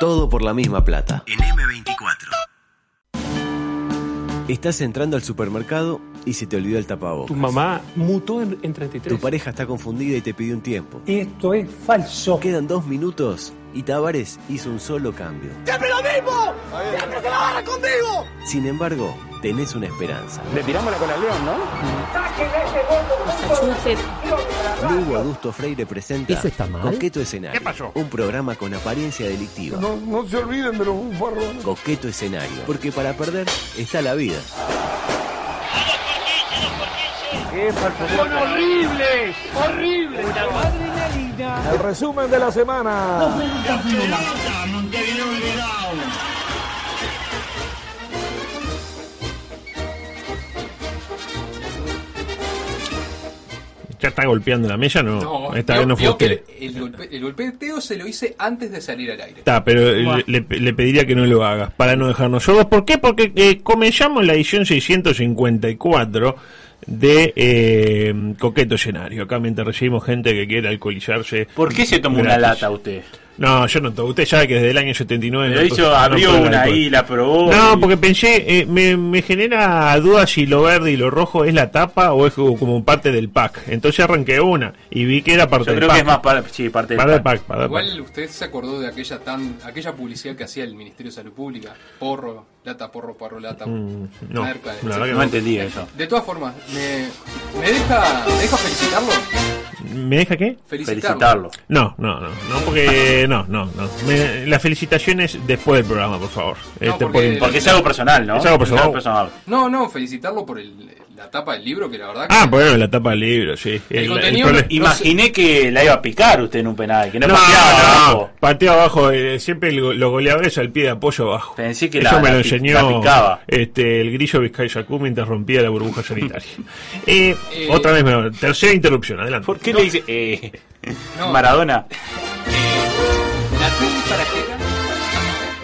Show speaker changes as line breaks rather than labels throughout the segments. Todo por la misma plata.
En M24.
Estás entrando al supermercado y se te olvidó el
Tu
tapabocas.
mamá mutó en, en 33.
Tu pareja está confundida y te pidió un tiempo.
Esto es falso.
Quedan dos minutos y Tavares hizo un solo cambio.
¡Siempre lo mismo! ¡Siempre se la barra conmigo!
Sin embargo, tenés una esperanza. Lugo Adusto Freire presenta
¿Eso está mal?
Coqueto Escenario. Un programa con apariencia delictiva.
No, no se olviden de los bufarrones.
Coqueto Escenario. Porque para perder está la vida.
El resumen de la semana.
¿Ya está golpeando la mella? No, esta vez no fue
vio que
usted.
el, el golpe- el golpeteo se lo hice antes de salir al aire.
Está, pero le, le- le pediría que no lo hagas para no dejarnos sordos. ¿Por qué? Porque eh, comenzamos la edición 654 de eh, Coqueto Escenario. Acá mientras recibimos gente que quiere alcoholizarse.
¿Por qué se tomó
Gratis.
una lata usted?
No, yo no tomo. Usted sabe que desde el año 79...
Pero
no to-
hizo,
pues, no
abrió
tomo
una
alcohol.
ahí, la probó.
No,
y-
porque pensé, eh, me, me genera dudas si lo verde y lo rojo es la tapa o es como como parte del pack. Entonces arranqué una y vi que era parte
Yo
del
creo
pack.
que es más para, sí, parte del
Para el
pack.
pack, para el pack.
Igual usted se acordó de aquella tan aquella publicidad que hacía el Ministerio de Salud Pública. Porro, lata, porro, porro, lata.
no,
merca,
la
etc.
verdad que
No entendí eso.
De todas formas, me, me deja, me deja felicitarlo.
¿Me deja qué?
Felicitarlo.
Felicitarlo.
No, no, no, no, porque no, no, no. Me- las felicitaciones después del programa, por favor. Este,
porque-
por-
Porque es algo personal, Eh, ¿no?
Es algo personal.
No, no, felicitarlo por el- la tapa del libro, que la verdad que
Ah, bueno, la tapa del libro, sí.
El contenido-
problema-
Imaginé que la iba a picar usted en un penal, que no,
no,
pateaba,
no,
¿no?
pateó abajo. eh, siempre el go- los goleadores al pie de apoyo abajo.
Pensé que
Eso
la-
me lo
la pi- la
enseñó
picaba.
este, el grillo Vizcay Yacú mientras rompía la burbuja sanitaria. Eh,
Eh,
otra vez, me- tercera interrupción, adelante.
¿Por qué le dice eh,
No.
Maradona?
la T de para qué era,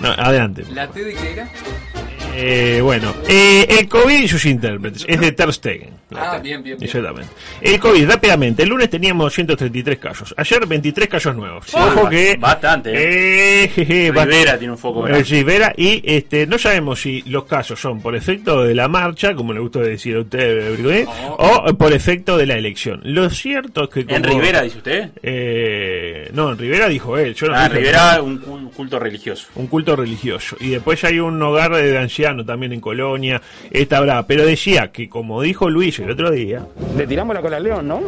No, adelante.
la T de qué era.
Eh, bueno, eh, el COVID y sus intérpretes es de Ter Stegen.
Ah, bien, bien, bien.
Exactamente. El COVID, rápidamente. El lunes teníamos 133 casos. Ayer 23 casos nuevos. Ojo
ba-
que.
bastante,
Eh, jeje, ba-
Rivera tiene un foco
Eh,
grande.
Rivera. Y este, no sabemos si los casos son por efecto de la marcha, como le gusta decir a usted, eh, Brigonet, o por efecto de la elección. Lo cierto es que.
¿En
como-
Rivera, dice usted?
Eh, no, en Rivera dijo él. Yo no
Ah, en
dije
Rivera, un cul- culto religioso.
un culto religioso. Y después hay un hogar de ancianos también en Colonia, esta habrá. Pero decía que, como dijo Luis el otro día,
Le tiramos la cola al león, ¿no?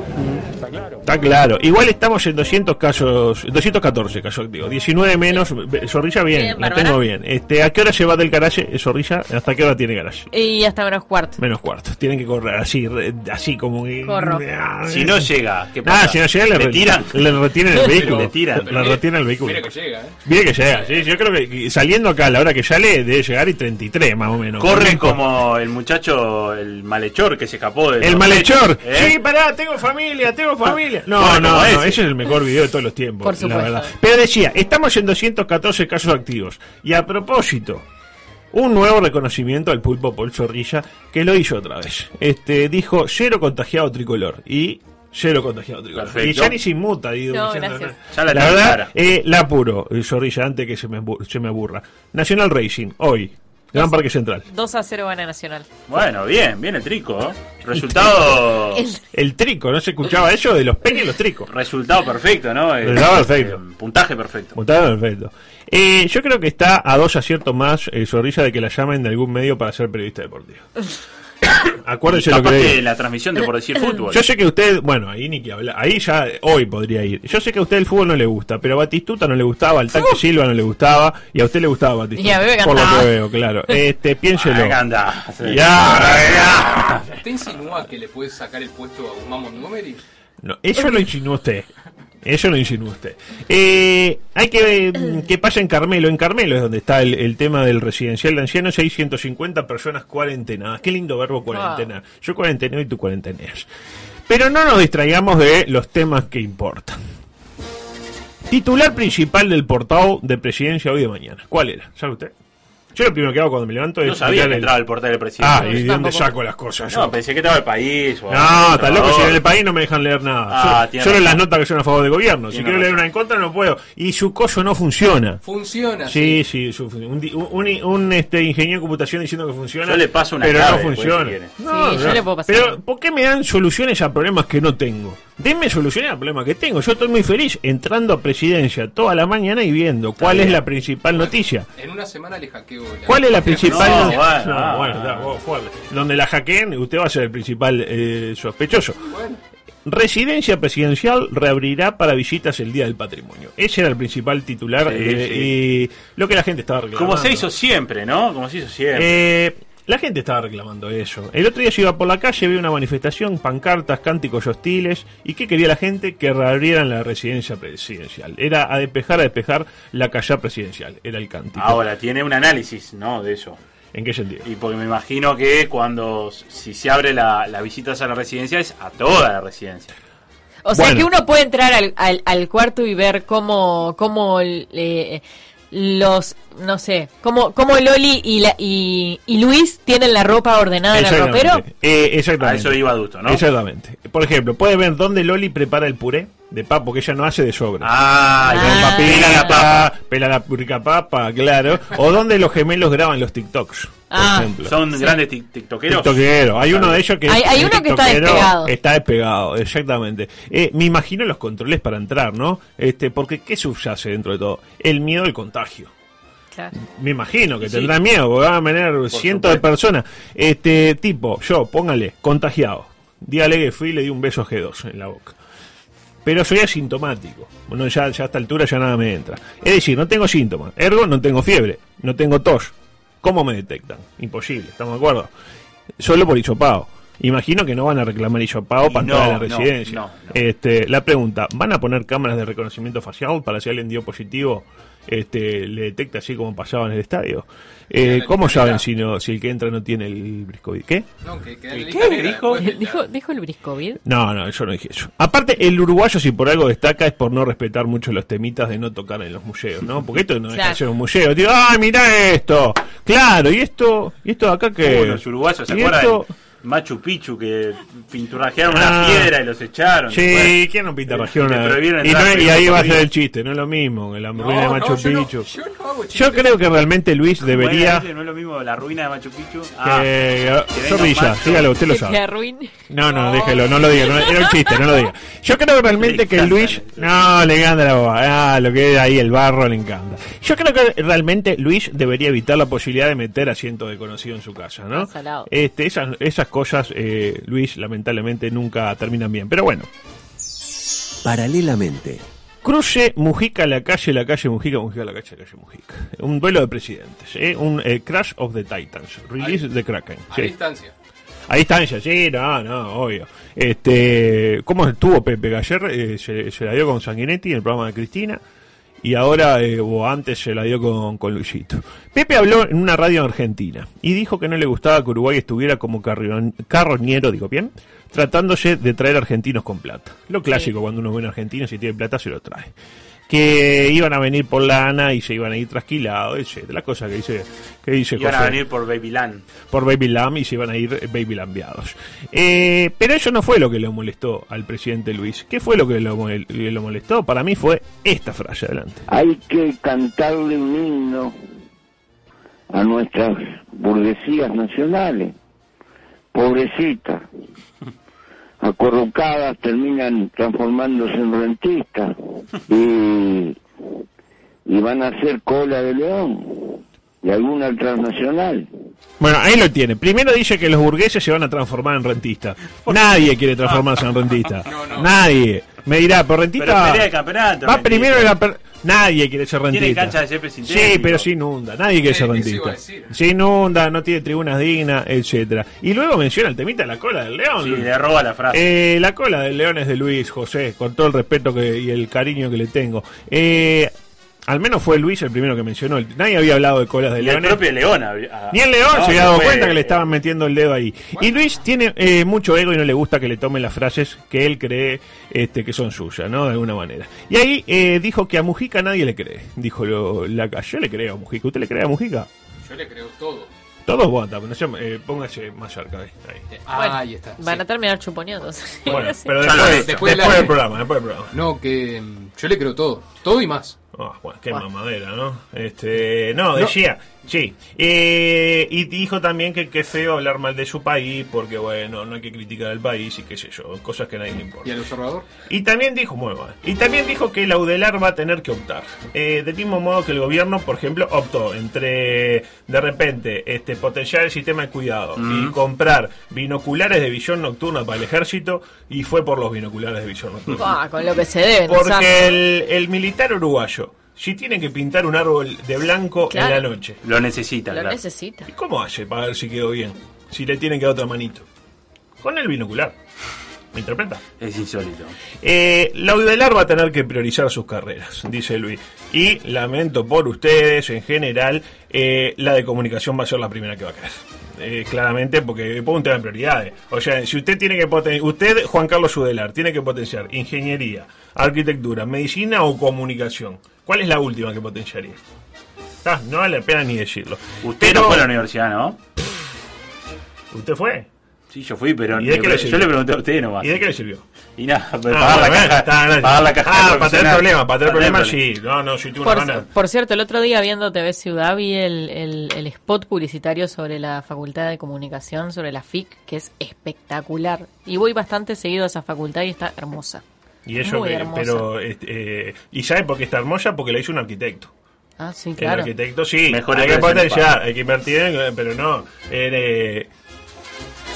Está claro.
está claro, igual estamos en 200 casos, 214 casos activos, 19 menos, Zorrilla bien,
Bien,
la
Bárbara.
tengo bien. Este, ¿A qué hora se va del garaje, Eh, Zorrilla? ¿Hasta qué hora tiene garaje?
Y hasta menos cuarto.
Menos cuarto, tienen que correr así, re- así como que...
Corro.
Ah,
Si no llega, ¿qué pasa?
Ah, si no llega, le,
¿Le
re-
tiran.
le retienen el vehículo.
Le tiran.
Le retienen el vehículo.
Mira que llega, ¿eh?
Mire que llega, sí, yo creo que saliendo acá a la hora que sale debe llegar y 33 más o menos.
Corren
Correcto.
como el muchacho, el malhechor que se escapó del.
El malhechor.
¿Eh?
Sí, pará, tengo familia, tengo familia. No,
Corre
Ah, no,
como
no,
ese.
ese es el mejor video de todos los tiempos,
Por supuesto.
la verdad. Pero decía, estamos en 214 casos activos. Y a propósito, un nuevo reconocimiento al pulpo Paul Zorrilla, que lo hizo otra vez. Este, dijo cero contagiado tricolor. Y cero contagiado tricolor.
Perfecto.
Y ya ni se inmuta, digo.
No,
diciendo,
gracias.
no.
Ya la
la
tiene
verdad,
clara.
eh, la apuro, eh, Zorrilla, antes que se me, embu- se me aburra. Nacional Racing, hoy. Gran Parque Central.
2 a 0 gana Nacional.
Bueno, bien, bien el trico. ¿eh? Resultado.
El-
El trico, ¿no se escuchaba eso? De los peñas y los tricos.
Resultado perfecto, ¿no? Eh,
Resultado perfecto.
eh, puntaje perfecto.
Votaron perfecto. Eh, yo creo que está a dos aciertos más eh, Zorrilla de que la llamen de algún medio para ser periodista deportivo. Acuérdense lo que
Capaz
le
que
digo.
la transmisión de por decir fútbol.
Yo sé que usted, bueno, ahí ni que hablar, ahí ya eh, hoy podría ir. Yo sé que a usted el fútbol no le gusta, pero a Batistuta no le gustaba, al Tanque Silva no le gustaba, y a usted le gustaba Batistuta.
Y a mí me
por lo
encantaba.
que veo, claro. Este, piénselo.
Acá anda.
Ya, ya.
¿Usted insinúa que le puede sacar el puesto a Guzmán Montgomery?
No, eso lo insinuó usted. Eso lo insinuó usted. Eh, hay que ver qué pasa en Carmelo. En Carmelo es donde está el, el tema del residencial de ancianos. Hay 150 personas cuarentenadas. Qué lindo verbo cuarentena. Yo cuarenteneo y tú cuarenteneas. Pero no nos distraigamos de los temas que importan. Titular principal del portavoz de presidencia hoy de mañana. ¿Cuál era? ¿Sabe usted? Yo lo primero que hago cuando me levanto es.
No sabía
mirar
que
el-
entraba el portal del presidente.
Ah, ¿y de dónde saco las cosas? Yo?
No, pensé que estaba el país. o
No,
algo,
está loco, si en
Salvador.
el país no me dejan leer nada.
Ah,
Yo-
tiene
solo
razón.
las notas que son a favor del gobierno. Si
Tiene
quiero leer
razón.
una en contra, no puedo. Y su coso no funciona.
Ah,
Funciona.
Sí, sí, su- un, di- un- un, este, ingeniero de computación diciendo que funciona.
Yo le paso una
Pero
clave
no
después,
funciona.
si quiere.
No,
Sí, yo
no.
le puedo pasar.
Pero, ¿por qué me dan soluciones a problemas que no tengo? Denme soluciones a problemas que tengo. Yo estoy muy feliz entrando a presidencia toda la mañana y viendo cuál es la principal noticia.
En una semana le hackeo.
¿Cuál es la principal
No,
noticia?
bueno,
No,
ah.
bueno, da, vos, fuerte. Donde la hackeen, usted va a ser el principal eh, sospechoso. Residencia presidencial reabrirá para visitas el Día del Patrimonio. Ese era el principal titular
Sí,
eh, y lo que la gente estaba reclamando.
Como se hizo siempre, ¿no? Como se hizo siempre.
Eh, la gente estaba reclamando eso. El otro día yo iba por la calle, vi una manifestación, pancartas, cánticos hostiles. ¿Y qué quería la gente? Que reabrieran la residencia presidencial. Era a despejar, a despejar la calle presidencial. Era el cántico.
Ahora, tiene un análisis, ¿no? De eso.
¿En qué sentido?
Y porque me imagino que cuando, si se abre la, las visitas a la residencia, es a toda la residencia.
O sea
Bueno.
que uno puede entrar al, al, al cuarto y ver cómo, cómo eh, los, no sé, cómo, cómo Loli y, la, y, y Luis tienen la ropa ordenada en el
Exactamente.
ropero.
Eh, exactamente.
A eso iba Adusto, ¿no?
Exactamente. Por ejemplo, puede ver dónde Loli prepara el puré de papa, porque ella no hace de sobra.
Ah,
Ah.
el papel
pela
y
la
la papa.
papa, pela la purca papa, claro. o donde los gemelos graban los TikToks, por
Ah.
ejemplo.
Son grandes tic- tiktokeros.
Tiktokero. Hay uno de ellos que
Hay- hay
el
uno que está
tiktokero
despegado.
Está despegado, exactamente. Eh, me imagino los controles para entrar, ¿no? Este, porque ¿qué subyace dentro de todo? El miedo al contagio.
Claro.
Me imagino que
Sí.
tendrá miedo, porque van a venir cientos de
supuesto.
personas. Este tipo, yo, póngale, contagiado. Dígale que fui y le di un beso a G2 en la boca. Pero soy asintomático. Bueno, ya, ya a esta altura ya nada me entra. Es decir, no tengo síntomas. Ergo, no tengo fiebre. No tengo tos. ¿Cómo me detectan? Imposible, ¿estamos de acuerdo? Solo por hisopado. Imagino que no van a reclamar hisopado
Y
para
no,
entrar a la
no,
residencia.
no, no.
Este, la pregunta, ¿van a poner cámaras de reconocimiento facial para si alguien dio positivo? Este, le detecta así como pasaba en el estadio. Eh,
la
¿Cómo saben
escalera.
si no, si el que entra no tiene el briscovid? ¿Qué?
No, que queda en la
¿Qué
escalera,
dijo?
después de la-
¿Dijo, dijo el briscovid.
No, no, yo no dije eso. Aparte, el uruguayo, si por algo destaca, es por no respetar mucho los temitas de no tocar en los museos, ¿no? Porque esto no es
Claro.
hacer un museo. Digo, ¡ay, mirá esto! Claro, ¿y esto? ¿Y esto de acá que
Uh, los uruguayos, ¿se acuerdan? Machu Picchu, que pinturajearon
Ah.
una piedra y los echaron.
Sí,
después.
¿quién no pinta
Te-
región?
Eh, te prohibieron
Y, no-
entrar,
y ahí
pero
va a
no
ser el chiste, no es lo mismo que la ruina de
no,
Machu
yo no-
Picchu.
yo no hago chistes.
Yo creo que realmente Luis
Bueno,
debería.
¿viste? No es lo mismo la ruina de Machu Picchu. Ah,
Eh,
venga
Zorrilla,
Machu.
dígalo, usted lo
Que te
sabe.
arruine.
No, no, déjelo, no lo diga, no, era un chiste, no lo diga. Yo creo realmente
Le
que
encanta,
Luis.
le
No, le encanta la boba. Ah, lo que es ahí, el barro le encanta. Yo creo que realmente Luis debería evitar la posibilidad de meter asiento desconocido en su casa, ¿no?
Salado.
Este, esas, esas cosas, eh, Luis, lamentablemente nunca terminan bien. Pero bueno.
Paralelamente,
Cruce Mujica la calle, la calle Mujica, Mujica la calle, la calle Mujica. Un duelo de presidentes, ¿eh? un eh, Crash of the Titans, release
Ahí.
de Kraken.
A
sí.
distancia.
Ahí está ella, sí, no, no, obvio. Este, ¿Cómo estuvo Pepe? Que ayer eh, se, se la dio con Sanguinetti en el programa de Cristina y ahora, eh, o antes, se la dio con, con Luisito. Pepe habló en una radio argentina y dijo que no le gustaba que Uruguay estuviera como carrion- carroñero, digo bien, tratándose de traer argentinos con plata. Lo clásico cuando uno ve un argentino, si tiene plata, se lo trae. Que iban a venir por lana y se iban a ir trasquilados, etcétera. La cosa que dice, que dice
Iban a
José
venir por Babyland.
por Baby Lamb y se iban a ir Baby Lambeados. Eh, pero eso no fue lo que le molestó al presidente Luis. ¿Qué fue lo que lo, mol- que lo molestó? Para mí fue esta frase. Adelante.
Hay que cantarle un himno a nuestras burguesías nacionales, pobrecitas, acorrucadas, terminan transformándose en rentistas y, y van a hacer cola de león y alguna transnacional.
Bueno, ahí lo tiene. Primero dice que los burgueses se van a transformar en rentistas. Nadie quiere transformarse en rentista. Nadie. Me dirá, por
Pero
rentista.
pelea el campeonato,
va
rentista.
primero el campe- Nadie quiere ser rentista.
cancha de césped
Sí,
sintético.
pero se inunda. Nadie quiere
Sí,
ser
eso iba a
rentista.
decir.
Se inunda, no tiene tribunas dignas, etcétera. Y luego menciona el temita de la cola del león.
Sí, le roba la frase.
Eh, la cola del león es de Luis José, con todo el respeto que, y el cariño que le tengo. Eh, al menos fue Luis el primero que mencionó. Nadie había hablado de colas de
y el
león.
propio León. a- a-
Ni el león
No,
se había dado
fue-
cuenta que le estaban metiendo el dedo ahí. Y Luis tiene eh, mucho ego y no le gusta que le tomen las frases que él cree este, que son suyas, ¿no? De alguna manera. Y ahí eh, dijo que a Mujica nadie le cree. Dijo lo, la Yo le creo a Mujica. ¿Usted le cree a Mujica?
Yo le creo todo.
Todos votan, pero no se- eh, póngase más cerca. Ahí, ahí.
Ah, ahí está.
Van a
sí.
terminar chuponeados.
Bueno, pero
Ya lo
después,
he
después,
hecho.
Después
del
del
programa, después del programa.
No, que mm, yo le creo todo. Todo y más.
Ah, bueno, qué
Bueno.
mamadera, ¿no? Este, no, decía, sí. Eh, y dijo también que qué feo hablar mal de su país, porque bueno, no hay que criticar al país y qué sé yo, cosas que a nadie le
¿Y
importa.
al observador?
Y también dijo, muy bueno, y también dijo que la UDELAR va a tener que optar. Eh, de mismo modo que el gobierno, por ejemplo, optó entre, de repente, este potenciar el sistema de cuidado y comprar binoculares de visión nocturna para el ejército, y fue por los binoculares de visión nocturna.
Buah, Ah, con lo que se deben usar.
Porque el, el militar uruguayo, si tiene que pintar un árbol de blanco
Claro.
en la noche,
Lo necesita,
Lo
claro.
necesita.
¿y ¿cómo hace para ver si quedó bien? Si le tienen que dar otra manito. Con el binocular. ¿Me interpreta?
Es insólito.
Eh, la UDELAR va a tener que priorizar sus carreras, dice Luis. Y lamento por ustedes, en general, eh, la de comunicación va a ser la primera que va a caer. Eh, claramente, porque por un tema de prioridades. O sea, si usted tiene que potenciar, usted, Juan Carlos Udelar, tiene que potenciar ingeniería, arquitectura, medicina o comunicación. ¿Cuál es la última que potenciaría? Ah, no vale la pena ni decirlo.
Usted
Pero-
no fue a la universidad, ¿no?
¿Usted fue?
Sí, yo fui, pero
¿Y de qué le sirvió?
yo le pregunté a usted nomás.
¿Y de qué le sirvió?
Y nada,
Ah,
pagar, la
bueno,
caja,
está, está.
pagar la caja.
Ah,
de
para tener
profesional.
problemas, para tener problemas,
problemas.
sí. No, no, si tuve una hermana.
Por, por cierto, el otro día viendo TV Ciudad vi el, el- el spot publicitario sobre la Facultad de Comunicación, sobre la FIC, que es espectacular. Y voy bastante seguido a esa facultad y está hermosa.
Y eso
Muy
que-
hermosa.
pero este, eh, y sabe por qué está hermosa porque la hizo un arquitecto.
Ah, sí,
El
claro.
arquitecto sí,
Mejor
hay que
empresa en
potenciar,
España.
hay que invertir, en- eh, pero no en, eh,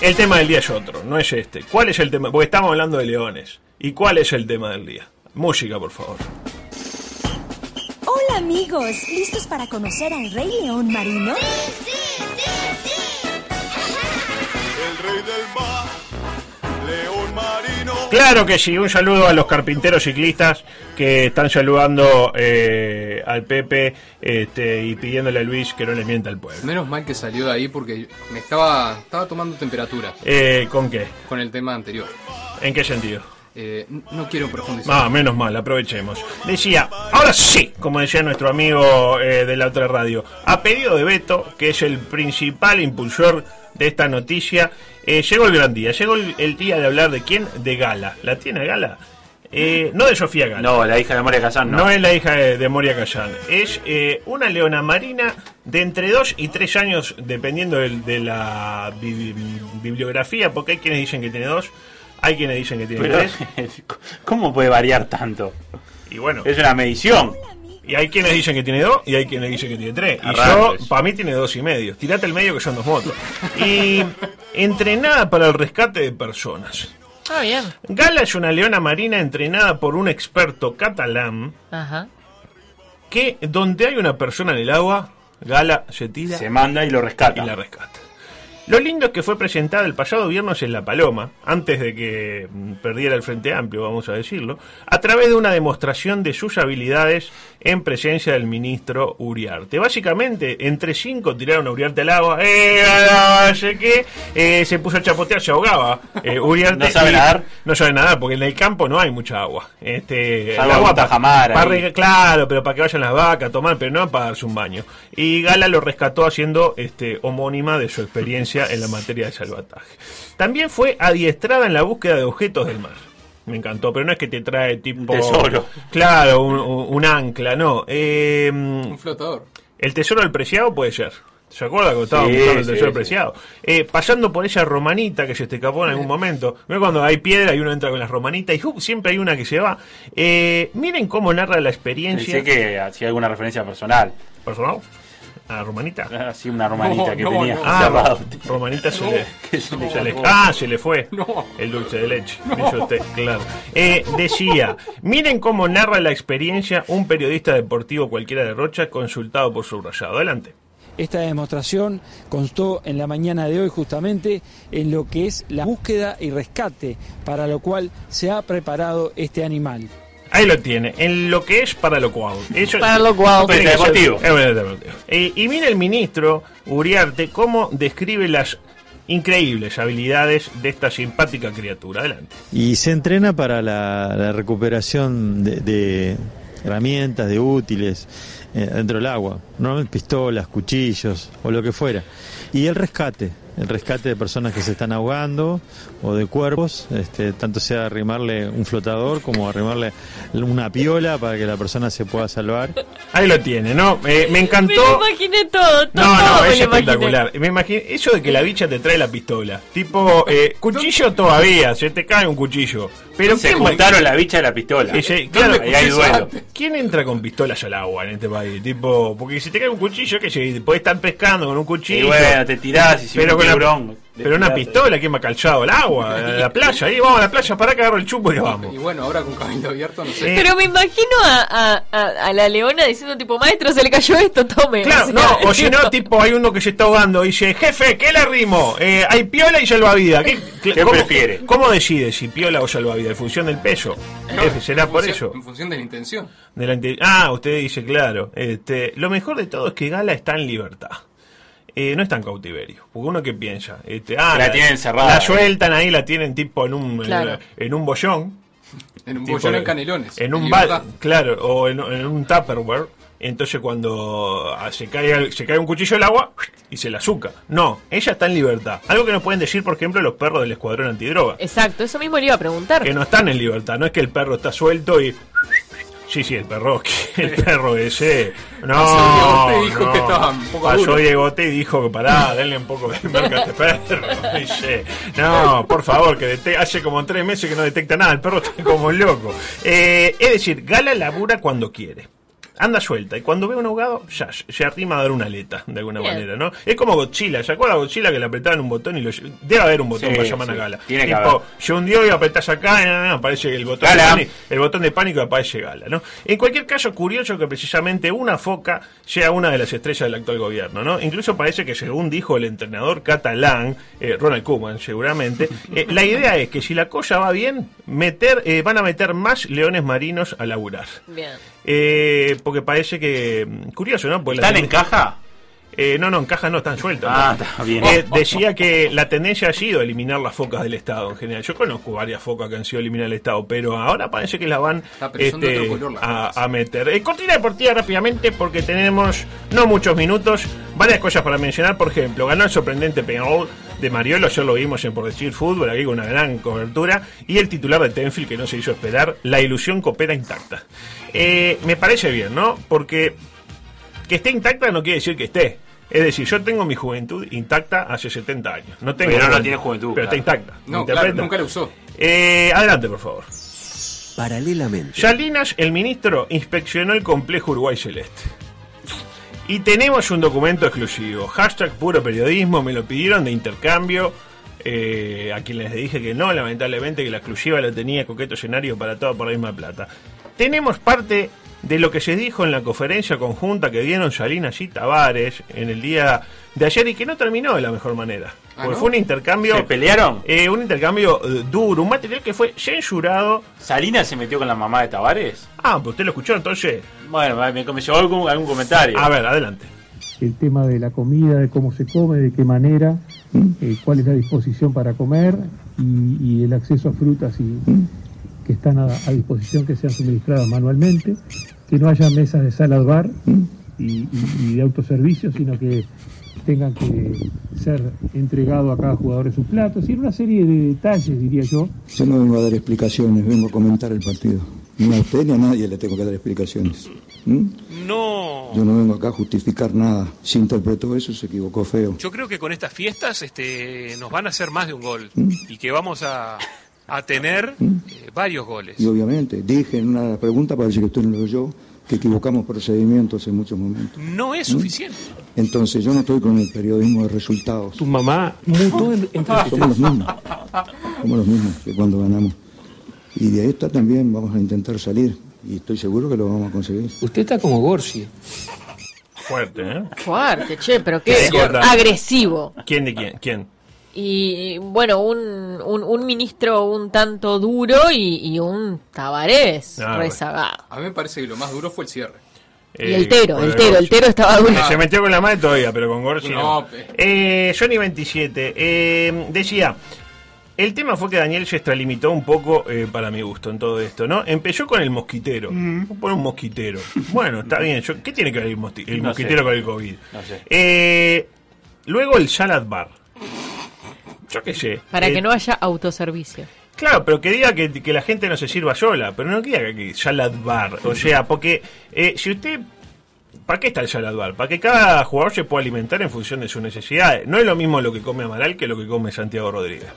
el tema del día es otro, no es este. ¿Cuál es el tema? Porque estamos hablando de leones. ¿Y cuál es el tema del día? Música, por favor.
Hola amigos, ¿listos para conocer al Rey León Marino?
El rey del mar, león marino.
Claro que sí, un saludo a los carpinteros ciclistas que están saludando eh, al Pepe este, y pidiéndole a Luis que no le mienta al pueblo.
Menos mal que salió de ahí porque me estaba, estaba tomando temperatura
Eh, ¿Con qué?
con el tema anterior.
¿En qué sentido?
Eh, n- no quiero profundizar.
Ah, menos mal, aprovechemos. Decía, ahora sí, como decía nuestro amigo eh, de la otra radio, a pedido de Beto, que es el principal impulsor de esta noticia, eh, llegó el gran día, llegó el, el día de hablar de quién, de Gala. ¿La tiene Gala? Eh, no de Sofía Gala.
No, la hija de Moria Casán no.
No es la hija de, de Moria Cayán, es eh, una leona marina de entre 2 y 3 años, dependiendo del- de, la bi- bibliografía, porque hay quienes dicen que tiene 2, hay quienes dicen que tiene
Pero,
3,
¿Cómo puede variar tanto?
y bueno.
Es una medición.
Y hay quienes dicen que tiene dos y hay quienes dicen que tiene tres. Y
Arranques.
yo, para mí tiene dos y medio. Tirate el medio que son dos motos. Y entrenada para el rescate de personas.
Ah, bien.
Gala es una leona marina entrenada por un experto catalán
Ajá.
que donde hay una persona en el agua, Gala se tira
Se manda y lo rescata.
y la rescata. Lo lindo es que fue presentada el pasado viernes en La Paloma, antes de que mm, perdiera el Frente Amplio, vamos a decirlo, a través de una demostración de sus habilidades en presencia del ministro Uriarte. Básicamente, entre cinco tiraron a Uriarte al agua, ¡eh, ganaba, sé qué! Eh, se puso a chapotear, se ahogaba. eh, Uriarte
No sabe
y-
nadar.
No sabe nadar, porque en el campo no hay mucha agua. Este,
Salvo
el agua
algún
pa-
tajamar
pa-
ahí.
Claro, pero para que vayan las vacas a tomar, pero no para darse un baño. Y Gala lo rescató haciendo este, homónima de su experiencia en la materia de salvataje. También fue adiestrada en la búsqueda de objetos del mar. Me encantó, pero no es que te trae tipo...
tesoro.
Claro, un, un- un ancla, no. Eh,
Un flotador.
el tesoro del preciado puede ser. ¿Se acuerda que estaba
Sí,
buscando el
sí,
tesoro del
sí.
preciado? Eh, pasando por esa romanita que se te escapó en algún momento. Mira cuando hay piedra y uno entra con las romanitas y ¡uh! siempre hay una que se va. Eh, miren cómo narra la experiencia.
Pensé que hacía alguna referencia personal.
¿Por favor? ¿A romanita?
Así una romanita
No,
que
no,
tenía
no.
Ah,
cerrada.
Ro- Romanita se le,
que se le-
se le- Ah, se le fue.
No.
El dulce de leche. Dice usted, claro. Eh, decía, miren cómo narra la experiencia un periodista deportivo cualquiera de Rocha consultado por subrayado. Adelante.
Esta demostración constó en la mañana de hoy justamente en lo que es la búsqueda y rescate, para lo cual se ha preparado este animal.
Ahí lo tiene, en lo que es para lo cual. Eso-
Para lo cual.
Tiene que
Periodista
ser-
deportivo.
Es un periodista deportivo. Eh, y mira el ministro Uriarte cómo describe las increíbles habilidades de esta simpática criatura. Adelante.
Y se entrena para la, la recuperación de, de-
herramientas, de útiles eh, dentro del agua, normalmente pistolas, cuchillos o lo que fuera. Y el rescate, el rescate de personas que se están ahogando o de cuerpos, este, tanto sea arrimarle un flotador como arrimarle una piola para que la persona se pueda salvar.
Ahí lo tiene, ¿no? Eh, me
Me lo imaginé todo, todo.
No, no,
me
es
lo imaginé.
espectacular. Me imagino, eso de que la bicha te trae la pistola. Tipo, eh, cuchillo todavía, se te cae un cuchillo. Pero
Se
¿quién va-
juntaron la bicha y la pistola.
Ese- claro,
Ahí hay
escuchá,
duelo.
Ah, ¿Quién entra con pistolas al agua en este país? Tipo, porque si te cae un cuchillo, que llegué, podés estar pescando con un cuchillo.
Y bueno, te tirás y si
pero
un
con la-
tiburón,
Pero una
tirás.
pistola, ¿quién va calchado al agua? A la playa, ahí vamos a la playa, para que agarro el chumbo y nos vamos.
Y bueno, ahora con cabildo abierto no sé.
Pero me imagino a, a, a, a la leona diciendo tipo, maestro, se le cayó esto, tome.
Claro,
O sea,
no, o si no, tipo, hay uno que se está ahogando y dice, jefe, ¿qué le rimo? Eh, hay piola y salvavidas. ¿Qué,
¿Qué prefiere?
¿Cómo decide si piola o salvavidas? En función del peso. Jefe, será por eso.
En función de la intención.
De la inte- ah, usted dice, claro. Este, lo mejor de todo es que Gala está en libertad. Eh, no está en cautiverio. Porque uno que piensa. Este, ah,
La tienen cerrada.
La sueltan ahí, la tienen tipo en un, en
Claro.
una- en un bollón.
En un
Tipo,
bollón en canelones.
En un
libertad.
bar, claro, o en, en un tupperware. Entonces cuando ah, se cae, al- se cae un cuchillo al agua y se la azúcar. No, ella está en libertad. Algo que nos pueden decir, por ejemplo, los perros del escuadrón antidroga.
Exacto, eso mismo le iba a preguntar.
Que no están en libertad, no es que el perro está suelto y... Sí, sí, el perro, el perro ese... No,
Pasó Diegote y dijo
no.
que estaba un poco
Pasó
duro.
Diegote y dijo que pará, denle un poco de merca a este perro. Dice, no, por favor, que dete- hace como tres meses que no detecta nada, el perro está como loco. Eh, es decir, Gala labura cuando quiere. Anda suelta y cuando ve un ahogado, ya, se arrima a dar una aleta, de alguna
Bien.
manera, ¿no? Es como Godzilla, ¿se acuerda Godzilla que le apretaban un botón y lo... lle- Debe haber un botón
Sí,
para llamar a
sí,
Gala.
tiene que
Tipo,
haber.
se hundió y apretás acá, y, ah, aparece el botón, de
Gala.
pánico, el botón de pánico y aparece Gala. ¿no? En cualquier caso, curioso que precisamente una foca sea una de las estrellas del actual gobierno. ¿no? Incluso parece que, según dijo el entrenador catalán, eh, Ronald Koeman seguramente, eh, la idea es que si la cosa va bien, meter, eh, van a meter más leones marinos a laburar.
Bien.
Eh, porque parece que. mm, Curioso, ¿no? Porque la
¿Están en
tendencia-
caja?
Eh, no, no, en caja no, están sueltos.
Ah,
¿no?
está bien.
Eh, decía que la tendencia ha sido eliminar las focas del Estado en general. Yo conozco varias focas que han sido eliminadas del Estado, pero ahora parece que las van
pero son de
este,
otro color las
a, a meter. Eh, cortina deportiva rápidamente porque tenemos no muchos minutos, varias cosas para mencionar. Por ejemplo, ganó el sorprendente Peñarol de Mariolo, ayer lo vimos en Por Decir Fútbol, aquí con una gran cobertura. Y el titular de Tenfield que no se hizo esperar, la ilusión copera intacta. Eh, me parece bien, ¿no? Porque que esté intacta no quiere decir que esté. Es decir, yo tengo mi juventud intacta hace 70 años. No tengo
Pero no tiene juventud,
Pero está
claro.
intacta.
No,
¿Interpreta?
claro, nunca la usó.
Eh, adelante, por favor.
Paralelamente.
Salinas, el ministro, inspeccionó el complejo Uruguay Celeste. Y tenemos un documento exclusivo. Hashtag puro periodismo. Me lo pidieron de intercambio. eh, a quien les dije que no, lamentablemente, que la exclusiva la tenía Coqueto Escenario para todo por la misma plata. Tenemos parte de lo que se dijo en la conferencia conjunta que dieron Salinas y Tavares en el día de ayer y que no terminó de la mejor manera.
Ah,
Porque
¿no?
fue un intercambio.
¿Se pelearon?
Eh, un intercambio eh, duro, un material que fue censurado.
¿Salinas se metió con la mamá de Tavares?
Ah, pues usted lo escuchó entonces.
Bueno, me, me llegó algún, algún comentario.
A ver, adelante.
el tema de la comida, de cómo se come, de qué manera, eh, cuál es la disposición para comer y, y el acceso a frutas y, que están a, a disposición, que sean suministradas manualmente, que no haya mesas de salas bar y, y- y de autoservicio, sino que tengan que ser entregado a cada jugador en sus platos, y una serie de detalles, diría yo,
Yo no vengo a dar explicaciones, vengo a comentar el partido. Ni a usted ni a nadie le tengo que dar explicaciones. No. Yo no vengo acá a justificar nada. Si interpretó eso, se equivocó feo.
Yo creo que con estas fiestas este, nos van a hacer más de un gol y que vamos a, a tener eh, varios goles.
Y obviamente, dije en una pregunta, parece que usted no lo oyó, que equivocamos procedimientos en muchos momentos.
No es suficiente.
Entonces, yo no estoy con el periodismo de resultados. Tu mamá
Mutó en, en
Somos los mismos. Somos los mismos que cuando ganamos. Y de esta también vamos a intentar salir. Y estoy seguro que lo vamos a conseguir. Usted está como Gorsi.
Fuerte, ¿eh?
Fuerte, che, pero
Qué
qué
gorda.
agresivo.
¿Quién de quién? ¿Quién?
Y bueno, un, un, un ministro un tanto duro y, y un Tabarés
Ah,
rezagado.
A mí me parece que lo más duro fue el cierre.
Y
Eh,
el Tero, el Tero, el Tero estaba duro.
Se metió con la madre todavía, pero con Gorsi no.
No, pe-
Eh, Johnny 27 eh, decía, El tema fue que Daniel se extralimitó un poco eh, para mi gusto en todo esto, ¿no? Empezó con el mosquitero.
Mm.
Pon un mosquitero. Bueno, está bien. yo- ¿Qué tiene que ver el, mosti- el
No
mosquitero
sé.
con el COVID?
No sé.
Eh, luego el salad bar. Yo qué sé.
Para
Eh,
que no haya autoservicio.
Claro, pero que diga que, que la gente no se sirva sola, pero no que diga que salad bar. O sea, porque eh, si usted... ¿Para qué está el salad bar? Para que cada jugador se pueda alimentar en función de sus necesidades. No es lo mismo lo que come Amaral que lo que come Santiago Rodríguez.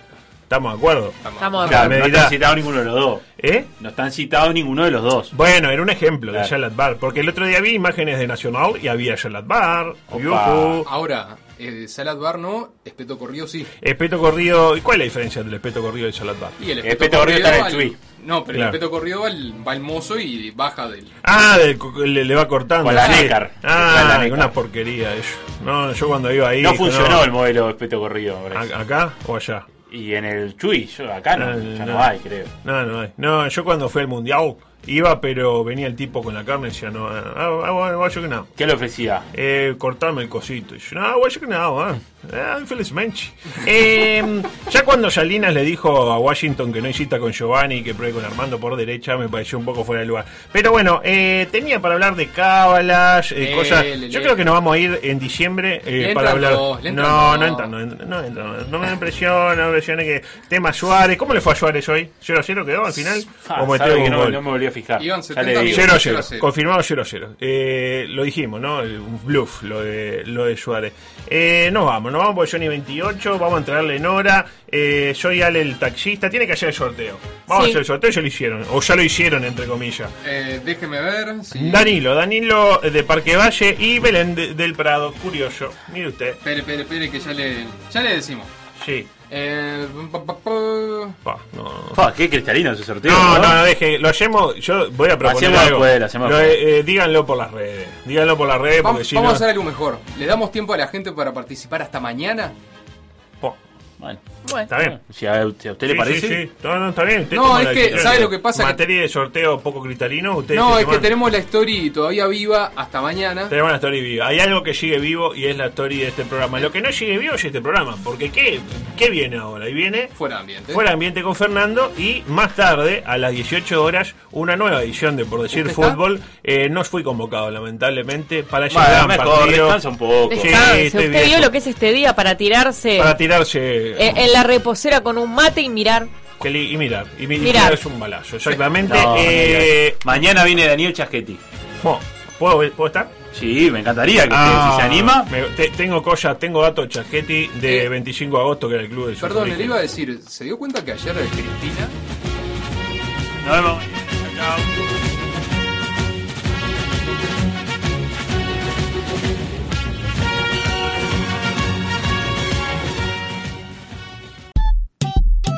¿Estamos de acuerdo?
Estamos de
Claro,
Me
no
dirá-
están citados ninguno de los dos.
¿Eh?
No están citados ninguno de los dos.
Bueno, era un ejemplo
Claro.
de salad bar, porque el otro día vi imágenes de Nacional y había salad bar, yujú,
Ahora, eh, Salad Bar no, Espeto Corrido sí.
espeto corrido. ¿Y cuál es la diferencia entre el espeto corrido y el salad bar?
Y el
Espeto Corrido está en el
al-
Tui.
No, pero
Claro.
el Espeto Corrido va al, va al mozo y baja del.
Ah, del cu- le, le va cortando.
Con la
sí.
Neckar. Con la
Ah,
Neckar.
una porquería eso. No, yo cuando iba ahí.
no
dije,
funcionó
no.
el modelo de espeto corrido. me parece.
¿Acá o allá?
Y en el Chuy, yo acá no,
No,
ya
no.
no, hay, creo.
No, no hay. No, yo cuando fui al mundial iba, pero venía el tipo con la carne y decía, no, ah, ah, bueno, bueno, yo que no.
¿Qué le ofrecía?
Eh, cortame el cosito. Y yo, no, bueno, yo que no, ah, ah, infelizmente. Eh, ya cuando Salinas le dijo a Washington que no hicita con Giovanni y que pruebe con Armando por derecha, me pareció un poco fuera de lugar. Pero bueno, eh, tenía para hablar de cábalas, eh,
Eh,
cosas.
le-
yo
le-
creo que nos vamos a ir en diciembre eh,
Le
para
entran
hablar.
dos, le entran
no, no
dos.
entran, no entran, no entran, no me impresiona, no me impresiona que. Tema Suárez, ¿cómo le fue a Suárez hoy? ¿0-0 quedó al final?
Ah,
¿O metió
sabe que
algún
no,
gol?
no me volví a fijar.
Iban
Ya le
70
digo.
minutos.
0 a 0.
0.
Confirmado 0 a 0. Eh, lo dijimos, ¿no? Eh, Un bluff lo de, lo de Suárez. Eh, nos vamos, nos vamos por Johnny 28. Vamos a entregarle en hora. Eh, soy Ale el taxista. Tiene que hacer el sorteo. Vamos
Sí.
a hacer el sorteo. Ya lo hicieron. O ya lo hicieron, entre comillas.
Eh, déjeme ver. Sí.
Danilo, Danilo eh, de Parque Valle y Belén de- del Prado. Curioso. Mire usted.
Espere, espere, espere, que ya le, ya le decimos.
Sí.
Eh, pa, pa, pa.
Pa, no.
Fa, Ah, qué cristalino ese sorteo.
No, no, no, deje, lo hacemos, yo voy a proponer
Hacemos
algo.
después, lo hacemos
Lo,
después.
eh, eh, díganlo por las redes, díganlo por las redes
Vam-
porque si
vamos
no...
a hacer algo mejor. Le damos tiempo a la gente para participar hasta mañana.
Bueno,
Está bien.
Si a, si a usted le
Sí,
parece.
sí, sí. No, no, está bien. usted
No,
toma
es
la
que,
decisión.
¿sabe lo que pasa?
Materia de sorteo poco cristalino, ustedes
No,
se
es que
toman-
tenemos la story todavía viva hasta mañana.
Tenemos la story viva. Hay algo que sigue vivo y es la story de este programa. Lo que no sigue vivo es este programa. Porque ¿qué, qué viene ahora? Y viene
Fuera de ambiente.
Fuera de Ambiente con Fernando y más tarde, a las 18 horas, una nueva edición de Por Decir
¿Usted está?
Fútbol. Eh, no fui convocado, lamentablemente, para ese
Bueno,
gran
mejor,
partido.
descansa un poco.
Sí,
Descanse.
estoy
Usted vio
viejo.
lo que es este día para tirarse
Para
Eh,
tirarse...
en, en la reposera con un mate y mirar.
Que li- Y mirar, y, mi- y
Mirar.
mirar es un balazo, exactamente.
No,
Eh,
no, no. Mañana viene Daniel Chaschetti.
mo, ¿puedo, ver- ¿Puedo estar?
Sí, me encantaría que
Ah,
si se anima.
me- te- tengo cosa, tengo dato Chaschetti de
Eh,
25 de agosto que era el club de sus
Perdón, le
orígenes.
iba a decir, ¿se dio cuenta que ayer Cristina
Nos vemos.
Chao.